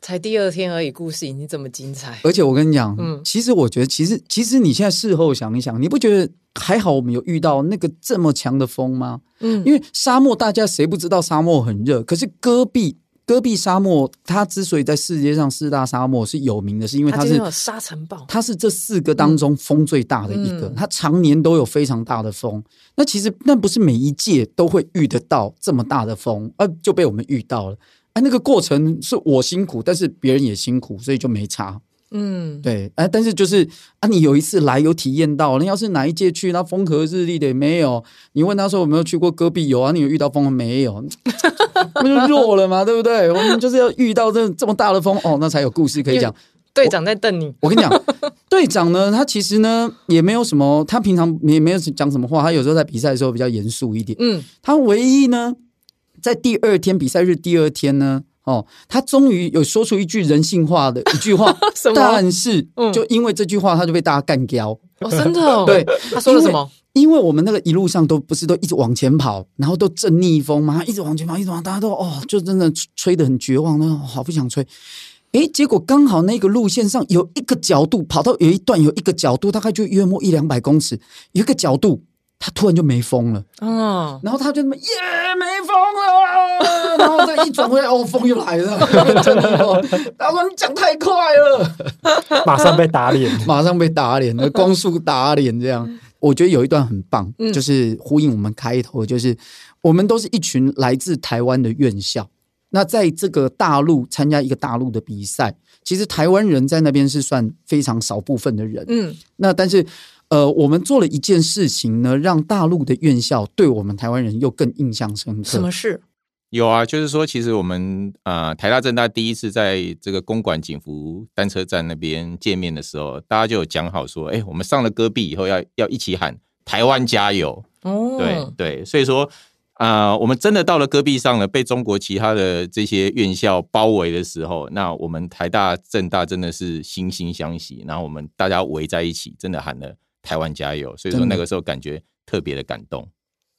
才第二天而已，故事已经这么精彩。
而且我跟你讲，
嗯
其实我觉得，其实其实你现在事后想一想，你不觉得还好我们有遇到那个这么强的风吗？
嗯
因为沙漠大家谁不知道沙漠很热，可是戈壁戈壁沙漠它之所以在世界上四大沙漠是有名的，是因为
他
它
今天
是
有沙尘暴，
它是这四个当中风最大的一个，
嗯
它常年都有非常大的风。那其实那不是每一届都会遇得到这么大的风，呃，就被我们遇到了。哎、那个过程是我辛苦，但是别人也辛苦，所以就没差。
嗯，
对，哎、但是就是啊，你有一次来有体验到，那要是哪一届去，那风和日丽的也没有，你问他说有没有去过戈壁，有啊，你有遇到风吗没有？ 那就弱了嘛，对不对？我们就是要遇到这这么大的风哦，那才有故事可以讲。
队长在瞪你，
我跟你讲， 队长呢，他其实呢也没有什么，他平常也没有讲什么话，他有时候在比赛的时候比较严肃一点。
嗯，
他唯一呢，在第二天比赛日第二天呢，哦，他终于有说出一句人性化的一句话
什么，
但是、
嗯
就因为这句话，他就被大家干掉。
哦， 真的、哦，
对，
他说了什么？
因为我们那个一路上都不是都一直往前跑，然后都正逆风嘛，一直往前跑，一直往，大家都哦，就真的吹吹得很绝望，那好不想吹。诶，结果刚好那个路线上有一个角度，跑到有一段有一个角度，大概就约莫一两百公尺，有一个角度，它突然就没风了，
嗯，
然后他就那么耶没风了，啊然后再一转回来，哦，风又来了， 他说你讲太快了。
马上被打 脸。
马上被打脸了，光速打脸这样。我觉得有一段很棒，就是呼应我们开头，就是我们都是一群来自台湾的院校。那在这个大陆参加一个大陆的比赛，其实台湾人在那边是算非常少部分的人。
嗯，
那但是，呃，我们做了一件事情呢，让大陆的院校对我们台湾人又更印象深
什么
刻。
事？
有啊，就是说，其实我们啊，台大、政大第一次在这个公馆景福单车站那边见面的时候，大家就有讲好说，哎、我们上了戈壁以后要要一起喊“台湾加油”，
哦，
嗯
对、对，所以说啊、我们真的到了戈壁上了，被中国其他的这些院校包围的时候，那我们台大、政大真的是惺惺相惜，然后我们大家围在一起，真的喊了“台湾加油”，所以说
真的
那个时候感觉特别的感动。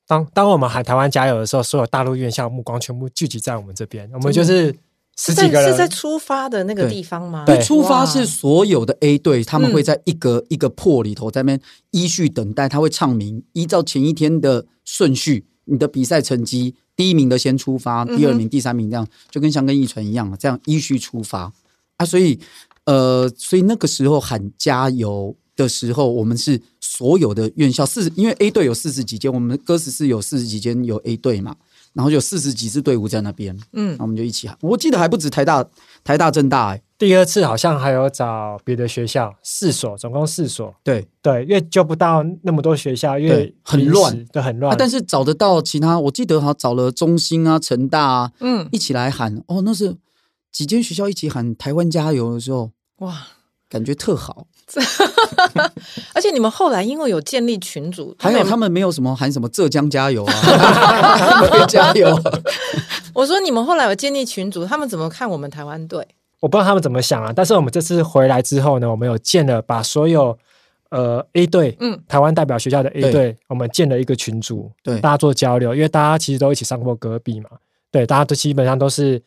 当当我们喊台湾加油的时候，所有大陆院校目光全部聚集在我们这边，我们就是十几
在
个人
是在出发的那个
对
地方吗？
对
对，出发是
哇
所有的 A 队，他们
嗯
会在一个、一个破里头在那边依序等待，他会唱名，依照前一天的顺序，你的比赛成绩，第一名的先出
嗯
发，第二名、第三名这样，就跟香根一传一样，这样依序出发啊。所以，呃，所以那个时候喊加油的时候，我们是所有的院校四，因为 A 队有四十几间，我们歌十是有四十几间有 A 队嘛，然后有四十几支队伍在那边，
嗯
那我们就一起喊，我记得还不止台大、台大、政大、欸，
第二次好像还有找别的学校四所，总共四所。
对。
对，因为揪不到那么多学校，因为
对很
临时
乱，
对，很乱。
啊，但是找得到其他，我记得好像找了中兴啊、成大啊
嗯，
一起来喊哦，那是几间学校一起喊“台湾加油”的时候，
哇！
感觉特好。
而且你们后来因为有建立群组，
还有
们
他们没有什么喊什么浙江加油啊，台湾加油啊，
我说你们后来有建立群组，他们怎么看我们台湾队？
我不知道他们怎么想啊。但是我们这次回来之后呢，我们有建了把所有呃 A 队，
嗯，
台湾代表学校的 A
对
队，我们建了一个群组，
对
大家做交流，因为大家其实都一起上过戈壁嘛，对，大家都基本上都是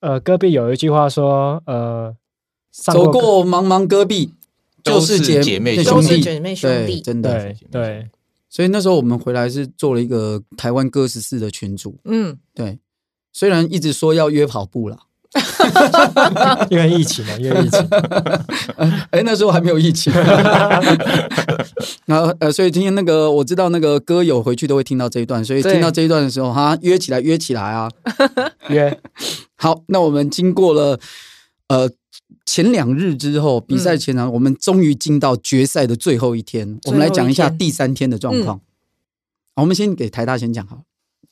呃，戈壁有一句话说，呃，上
走
戈
过茫茫戈壁，
都
就是是
姐妹
妹
兄
兄
弟
弟，
姐妹兄弟
对真的。
对对，
所以那时候我们回来是做了一个台湾歌十四的群组，
嗯，
对，虽然一直说要约跑步啦，
因为疫情嘛，因为疫情，
哎，那时候还没有疫情。 然后呃，所以今天那个我知道那个歌友回去都会听到这一段，所以
对
听到这一段的时候，哈，约起来，约起来啊！
因为
好，那我们经过了呃前两日之后，比
嗯
赛前呢，我们终于进到决赛的最后一天。我们来讲一下
最后一天嗯
第三天的状况。好，我们先给台大先讲好了。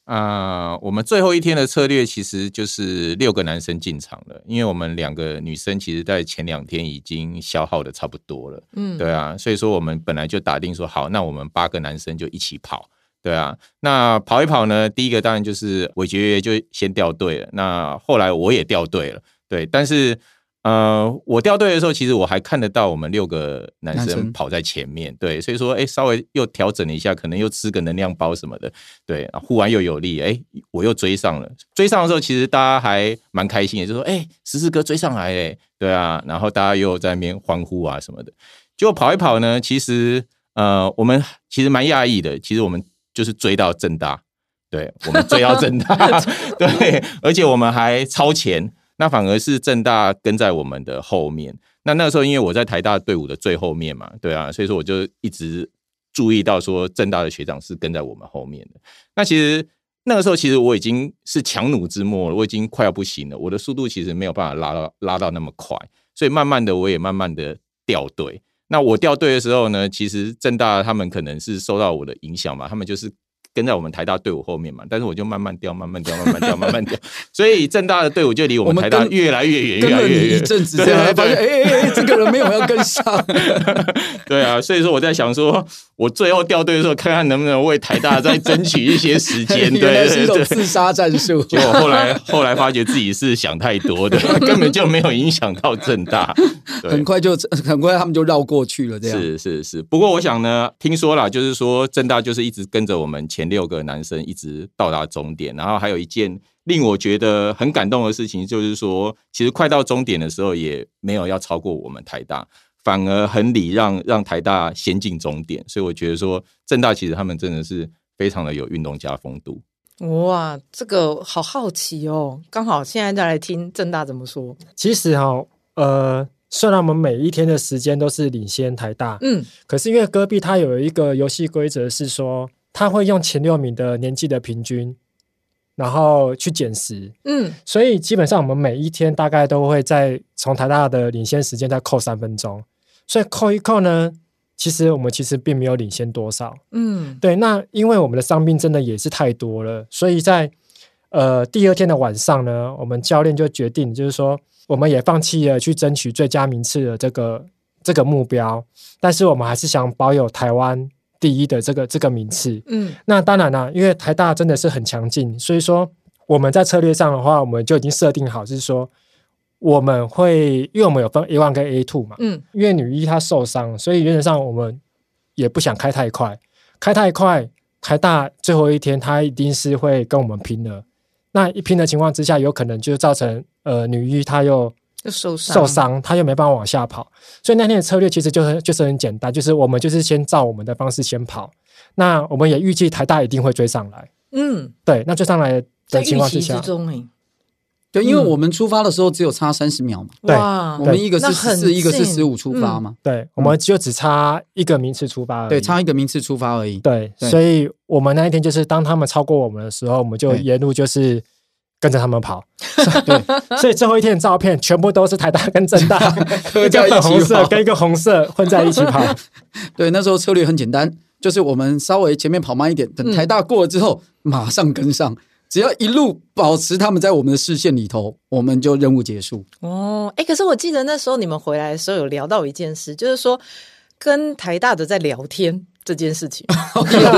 啊、我们最后一天的策略其实就是六个男生进场了，因为我们两个女生其实在前两天已经消耗的差不多了，
嗯
对啊，所以说我们本来就打定说好，那我们八个男生就一起跑，对啊，那跑一跑呢，第一个当然就是韦爵爷就先掉队了，那后来我也掉队了，对，但是呃，我掉队的时候，其实我还看得到我们六个男
男
生
生
跑在前面，对，所以说哎，稍微又调整了一下，可能又吃个能量包什么的，对，啊忽然又有力，哎，我又追上了。追上的时候，其实大家还蛮开心的，就说哎，十四哥追上来嘞，对啊，然后大家又在那边欢呼啊什么的。结果跑一跑呢，其实呃，我们其实蛮讶异的，其实我们就是追到正大，对我们追到正 大，对，而且我们还超前，那反而是正大跟在我们的后面。那那个时候，因为我在台大队伍的最后面嘛，对啊，所以说我就一直注意到说正大的学长是跟在我们后面的。那其实那个时候，其实我已经是强弩之末了，我已经快要不行了，我的速度其实没有办法拉到拉到那么快，所以慢慢的我也慢慢的掉队。那我掉队的时候呢，其实正大他们可能是受到我的影响嘛，他们就是跟在我们台大队伍后面嘛，但是我就慢慢掉，慢慢掉，慢慢掉，慢慢掉， 所以正大的队伍就离我们
我们
台大
跟
越来越远，
跟
越来
了
越
你
远
一。阵子，
对
这 样
对
发现，
对
哎哎哎，这个人没有要跟 上。
对啊，所以说我在想说，我最后掉队的时候，看看能不能为台大再争取一些时间。对
原来是
对
一种
对，
自杀战 术。
结果后来后来发觉自己是想太多的， 根本就没有影响到正大。对
很，快就很快他们就绕过去了，这样
是是是。不过我想呢，听说啦，就是说正大就是一直跟着我们前六个男生一直到达终点，然后还有一件令我觉得很感动的事情，就是说其实快到终点的时候也没有要超过我们台大。反而很礼让，让台大先进终点，所以我觉得说正大其实他们真的是非常的有运动家风度。
哇，这个好好奇哦！刚好现在再来听正大怎么说。
其实哈、呃，虽然我们每一天的时间都是领先台大，
嗯
可是因为戈壁它有一个游戏规则是说，它会用前六名的年纪的平均，然后去减时，
嗯，
所以基本上我们每一天大概都会在从台大的领先时间再扣三分钟，所以扣一扣呢，其实我们其实并没有领先多少。
嗯，
对，那因为我们的伤病真的也是太多了，所以在呃第二天的晚上呢，我们教练就决定，就是说我们也放弃了去争取最佳名次的这个这个目标，但是我们还是想保有台湾第一的这个这个名次。
嗯
那当然啦、因为台大真的是很强劲，所以说我们在策略上的话，我们就已经设定好，是说我们会，因为我们有分 A one 跟 A two 嘛，
嗯
因为女一她受伤，所以原则上我们也不想开太快，开太快，台大最后一天她一定是会跟我们拼的。那一拼的情况之下，有可能就造成呃女一她又
就受伤
受伤，她又没办法往下跑，所以那天的策略其实就是就是很简单，就是我们就是先照我们的方式先跑。那我们也预计台大一定会追上来，
嗯，
对，那追上来
在
的
预
情况
期
之
之
下，
中哎，
对，因为
嗯
我们出发的时候只有差三十秒嘛，
对
哇
我们一个
嗯那
是
很
十四，一个是
近
十五出发嘛，
对，我们就只差一个名次出发
嗯
而已，
对，差一个名次出发而已。
对，
对
所以我们那一天就是当他们超过我们的时候，我们就
对
沿路就是跟着他们跑。
对
所以最后一天的照片全部都是台大跟正大
合
一个
在一起
粉红色
跑
跟一个红色混在一起跑。
对，那时候策略很简单，就是我们稍微前面跑慢一点，等
嗯
台大过了之后，马上跟上，只要一路保持他们在我们的视线里头，我们就任务结束。
哦，哎、可是我记得那时候你们回来的时候有聊到一件事，就是说跟台大的在聊天这件 事情。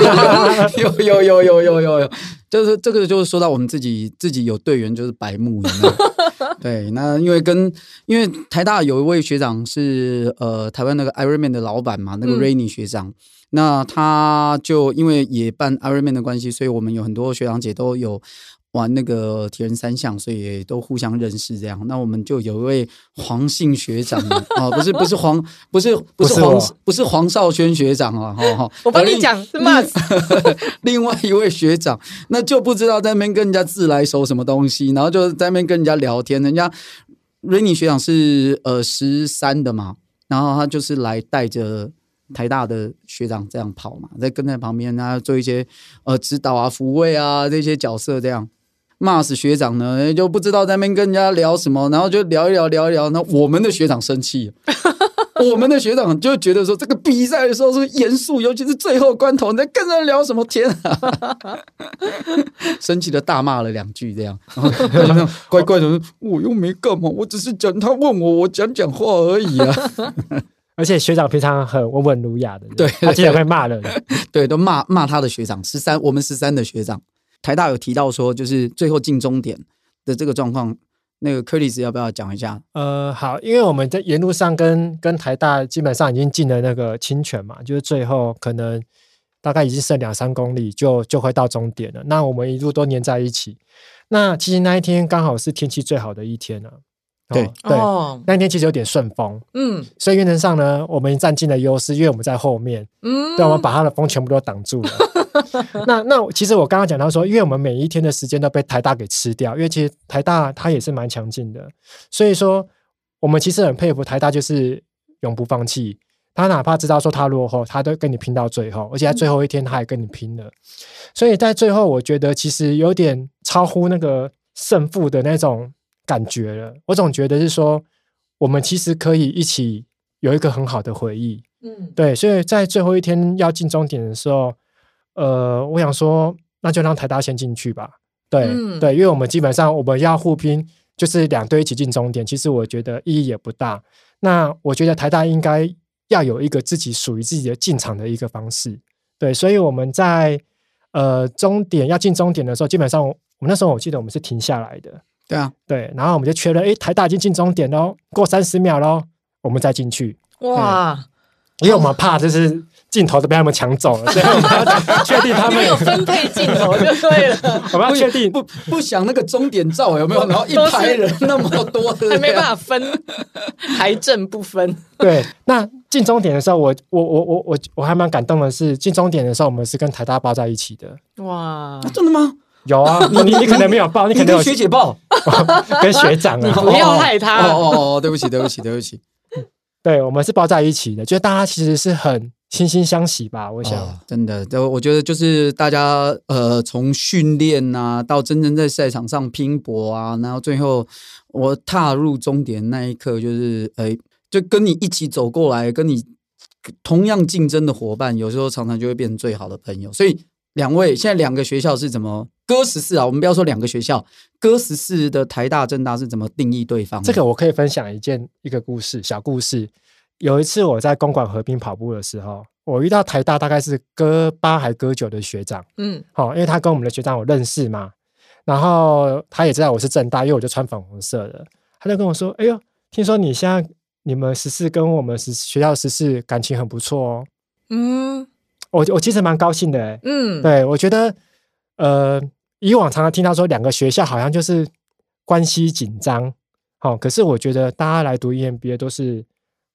有有有有有有有，就是这个就是说到我们自己自己有队员就是白目，有没有对，那因为跟因为台大有一位学长是呃台湾那个 Ironman 的老板嘛，那个
嗯
Rainy 学长。那他就因为也办 Ironman 的关系，所以我们有很多学长姐都有玩那个铁人三项，所以也都互相认识这样。那我们就有一位黄姓学长哦，不是不是黄，不是不
不
是
是
黄
我
不是黄少轩学长啊，哈、哦、哈、
我帮
反
你
正
讲
嗯
是 Mars，
另外一位学长，那就不知道在那边跟人家自来熟什么东西，然后就在那边跟人家聊天。人家 Rainy 学长是呃十三的嘛，然后他就是来带着台大的学长这样跑嘛，在跟在旁边，然后做一些呃指导啊、抚慰啊这些角色这样。Mars 学长呢，就不知道在那边跟人家聊什么，然后就聊一聊，聊一聊。那我们的学长生气了，我们的学长就觉得说，这个比赛的时候是严肃，尤其是最后关头，你在跟人聊什么天啊？ 生气的大骂了两句，这样，然后他就那样乖乖的，我又没干嘛，我只是讲他问我，我讲讲话而已啊。
而且学长平常很温文儒雅的人，
对
他竟然会骂人，
对，都骂骂他的学长，十三，我们十三的学长，台大有提到说，就是最后进终点的这个状况，那个柯里斯要不要讲一下？
呃，好，因为我们在沿路上跟跟台大基本上已经进了那个清泉嘛，就是最后可能大概已经剩两三公里就就会到终点了。那我们一路都粘在一起。那其实那一天刚好是天气最好的一天了、啊。
对
对，
哦，
那一天其实有点顺风，
嗯
所以原则上呢，我们占尽了优势，因为我们在后面，
嗯，
对，啊我们把它的风全部都挡住了。 那那其实我刚刚讲到说，因为我们每一天的时间都被台大给吃掉，因为其实台大它也是蛮强劲的，所以说我们其实很佩服台大，就是永不放弃。他哪怕知道说他落后，他都跟你拼到最后，而且在最后一天他还跟你拼了。所以在最后，我觉得其实有点超乎那个胜负的那种感觉了。我总觉得是说，我们其实可以一起有一个很好的回忆。
嗯
对，所以在最后一天要进终点的时候，呃，我想说，那就让台大先进去吧。对、
嗯
对，因为我们基本上我们要互拼，就是两队一起进终点，其实我觉得意义也不大。那我觉得台大应该要有一个自己属于自己的进场的一个方式。对，所以我们在呃终点要进终点的时候，基本上我我们那时候我记得我们是停下来的，
对啊，
对，然后我们就确认，诶，台大已经进终点喽，过三十秒喽，我们再进去。
哇，
因为我们怕就是镜头都被他们抢走了，所以我们要确定他
你
们
们，有分配镜头就对了，
我们要确定
不不想那个终点照有没有？然后一
都是
排人那么 多，
还没
对啊
办法分，还正不分，
对。那进终点的时候，我我我我我我还蛮感动的是，进终点的时候我们是跟台大抱在一起的。
哇
啊，真的吗？
有啊，你你可能没有抱，你可
你
能有
跟学姐报，
跟学长 啊，
不要害他
哦哦哦，对不起，对不起，对不起。
对，我们是抱在一起的，就是大家其实是很惺惺相惜吧， 我想。
哦真的，这我觉得就是大家呃，从训练啊到真正在赛场上拼搏啊，然后最后我踏入终点那一刻，就是哎、就跟你一起走过来，跟你同样竞争的伙伴，有时候常常就会变成最好的朋友。所以两位现在两个学校是怎么？哥十四啊，我们不要说两个学校，哥十四的台大、政大是怎么定义对方的？
这个我可以分享一件一个故事，小故事。有一次我在公馆河滨跑步的时候，我遇到台大大概是哥八还哥九的学长，
嗯，
好、因为他跟我们的学长我认识嘛，然后他也知道我是正大，因为我就穿粉红色的，他就跟我说：“哎呦，听说你现在你们十四跟我们十学校十四感情很不错哦。
嗯
我”我其实蛮高兴的、欸，
嗯，
对我觉得呃，以往常常听到说两个学校好像就是关系紧张，好、可是我觉得大家来读 E EMBA 都是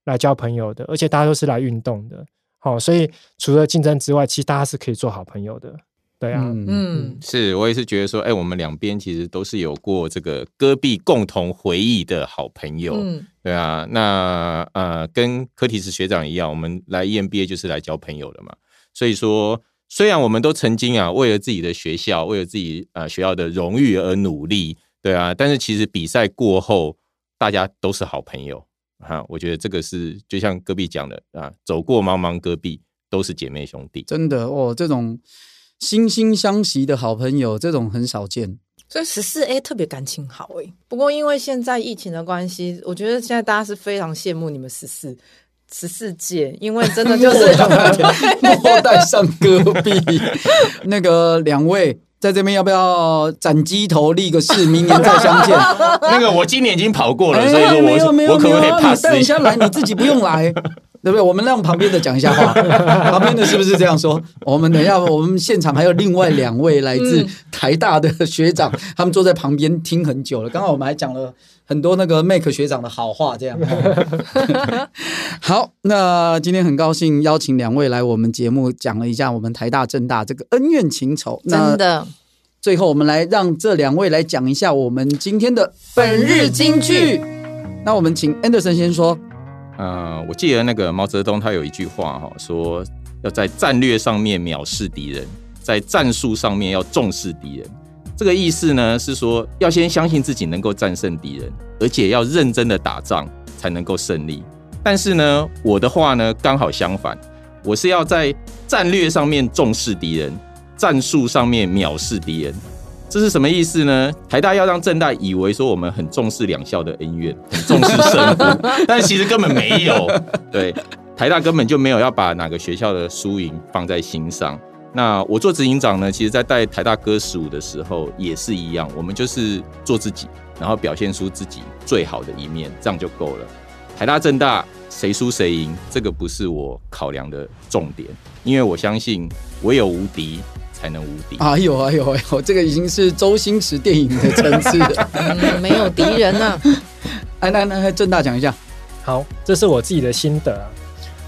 来交朋友的，而且大家都是来运动的，好、所以除了竞争之外，其实大家是可以做好朋友的，对啊。
嗯，
嗯
是我也是觉得说，哎、我们两边其实都是有过这个戈壁共同回忆的好朋友，
嗯
对啊。那呃，跟柯提斯学长一样，我们来 E EMBA 就是来交朋友的嘛。所以说，虽然我们都曾经啊，为了自己的学校，为了自己呃学校的荣誉而努力，对啊，但是其实比赛过后，大家都是好朋友啊。我觉得这个是就像戈壁讲的啊，走过茫茫戈壁，都是姐妹 兄弟。
真的哦，这种惺惺相惜的好朋友，这种很少见。
所以十四 A 特别感情好诶、不过因为现在疫情的关系，我觉得现在大家是非常羡慕你们十四十四届，因为真的就是
莫带上戈壁。那个两位在这边要不要斩鸡头立个誓，明年再相见？
那个我今年已经跑过了，
哎
所以说
没有
我
没有
我可
没有
不可以
啊你
pass
带
一
人家
下？
来，你自己不用 来。对不对？我们让旁边的讲一下话，旁边的是不是这样说？我们等一下，我们现场还有另外两位来
嗯
自台大的学长，他们坐在旁边听很久了。刚好我们还讲了很多那个 Make 学长的好话， 这样。好，那今天很高兴邀请两位来我们节目，讲了一下我们台大、政大这个恩怨情仇。那
真的
最后，我们来让这两位来讲一下我们今天的本日金句。那我们请 Anderson 先说，
呃，我记得那个毛泽东他有一句话哈、说要在战略上面藐视敌人，在战术上面要重视敌人。这个意思呢是说，要先相信自己能够战胜敌人，而且要认真的打仗才能够胜利。但是呢，我的话呢刚好相反，我是要在战略上面重视敌人，战术上面藐视敌人。这是什么意思呢？台大要让政大以为说我们很重视两校的恩怨， 很重视胜负， 但其实根本没有。对，台大根本就没有要把哪个学校的输赢放在心上。那我做执行长呢，其实在带台大歌十五的时候也是一样，我们就是做自己，然后表现出自己最好的一面，这样就够了。台大、政大谁输谁赢，这个不是我考量的重点，因为我相信唯有无敌才能无敌。
哎呦哎呦哎呦，这个已经是周星驰电影的层次 了。
嗯没有敌人呐、
哎，那那那郑大讲一下，
好，这是我自己的心得啊。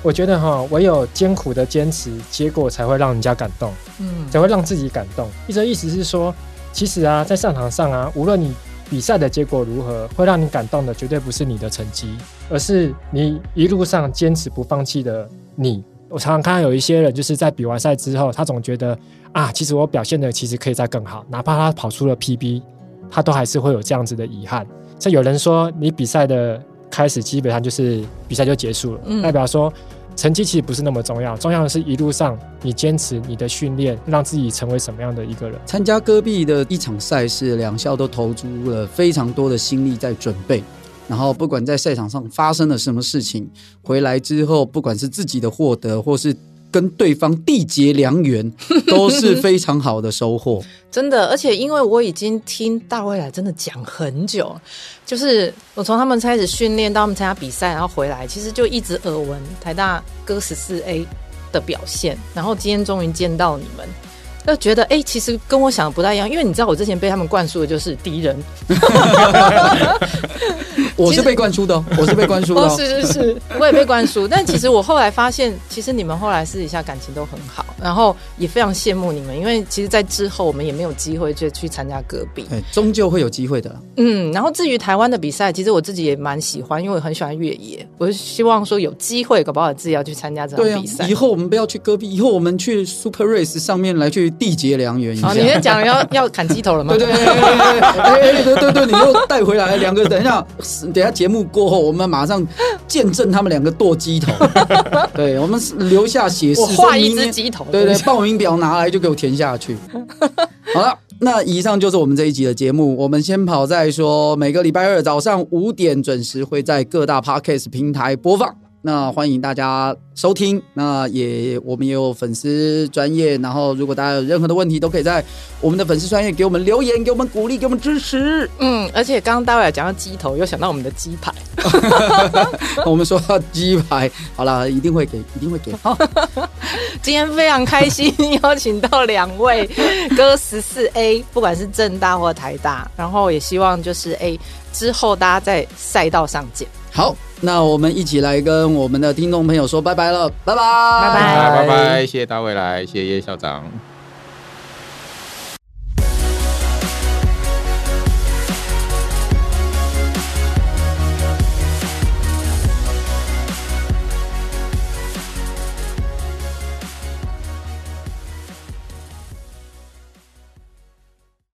我觉得哈，唯有艰苦的坚持，结果才会让人家感动，
嗯
才会让自己感动。一则意思是说，其实啊，在战场上啊，无论你比赛的结果如何，会让你感动的绝对不是你的成绩，而是你一路上坚持不放弃的你。我常常看到有一些人，就是在比完赛之后，他总觉得啊，其实我表现的其实可以再更好，哪怕他跑出了 PB，他都还是会有这样子的遗憾。像有人说，你比赛的开始基本上就是比赛就结束了，
嗯
代表说成绩其实不是那么重要，重要的是一路上你坚持你的训练，让自己成为什么样的一个人。
参加戈壁的一场赛事，两校都投注了非常多的心力在准备。然后，不管在赛场上发生了什么事情，回来之后，不管是自己的获得，或是跟对方缔结良缘，都是非常好的收获。
真的，而且因为我已经听大未来真的讲很久了，就是我从他们开始训练到他们参加比赛，然后回来，其实就一直耳闻台大歌十四 A 的表现，然后今天终于见到你们。就觉得哎、其实跟我想的不太一样，因为你知道我之前被他们灌输的就是敌人，
我是被灌输的哦，我是被灌输的
哦，
哦。
是是是，我也被灌输。但其实我后来发现，其实你们后来私底下感情都很好，然后也非常羡慕你们，因为其实，在之后我们也没有机会去去参加戈壁。
哎，终究会有机会的啦。
嗯，然后至于台湾的比赛，其实我自己也蛮喜欢，因为我很喜欢越野，我就希望说有机会，搞不好自己要去参加这
对
场
啊
比赛。，
以后我们不要去戈壁，以后我们去 Super Race 上面来去缔结良缘一
哦
下。
好，你先讲要要砍鸡头了吗？
对对对对对哎哎对对对，你又带回来两个。等一下，等一下节目过后，我们马上见证他们两个剁鸡头。对，我们留下血誓，
我画一
说明
只
年
鸡头。
哦对对，报名表拿来就给我填下去。 好了，那以上就是我们这一集的节目。我们先跑再说，每个礼拜二早上五点准时会在各大 podcast 平台播放。那欢迎大家收听。那也我们也有粉丝专业，然后如果大家有任何的问题，都可以在我们的粉丝专业给我们留言，给我们鼓励，给我们支持。
嗯，而且刚刚大卫讲到鸡头，又想到我们的鸡排，
我们说到鸡排，好了，一定会给，一定会给。好，
今天非常开心， 邀请到两位哥十四 A，不管是正大或台大，然后也希望就是 A 之后大家在赛道上见。
好，那我们一起来跟我们的听众朋友说拜拜了，拜拜，
拜
拜拜，谢谢大未来，谢谢叶校长。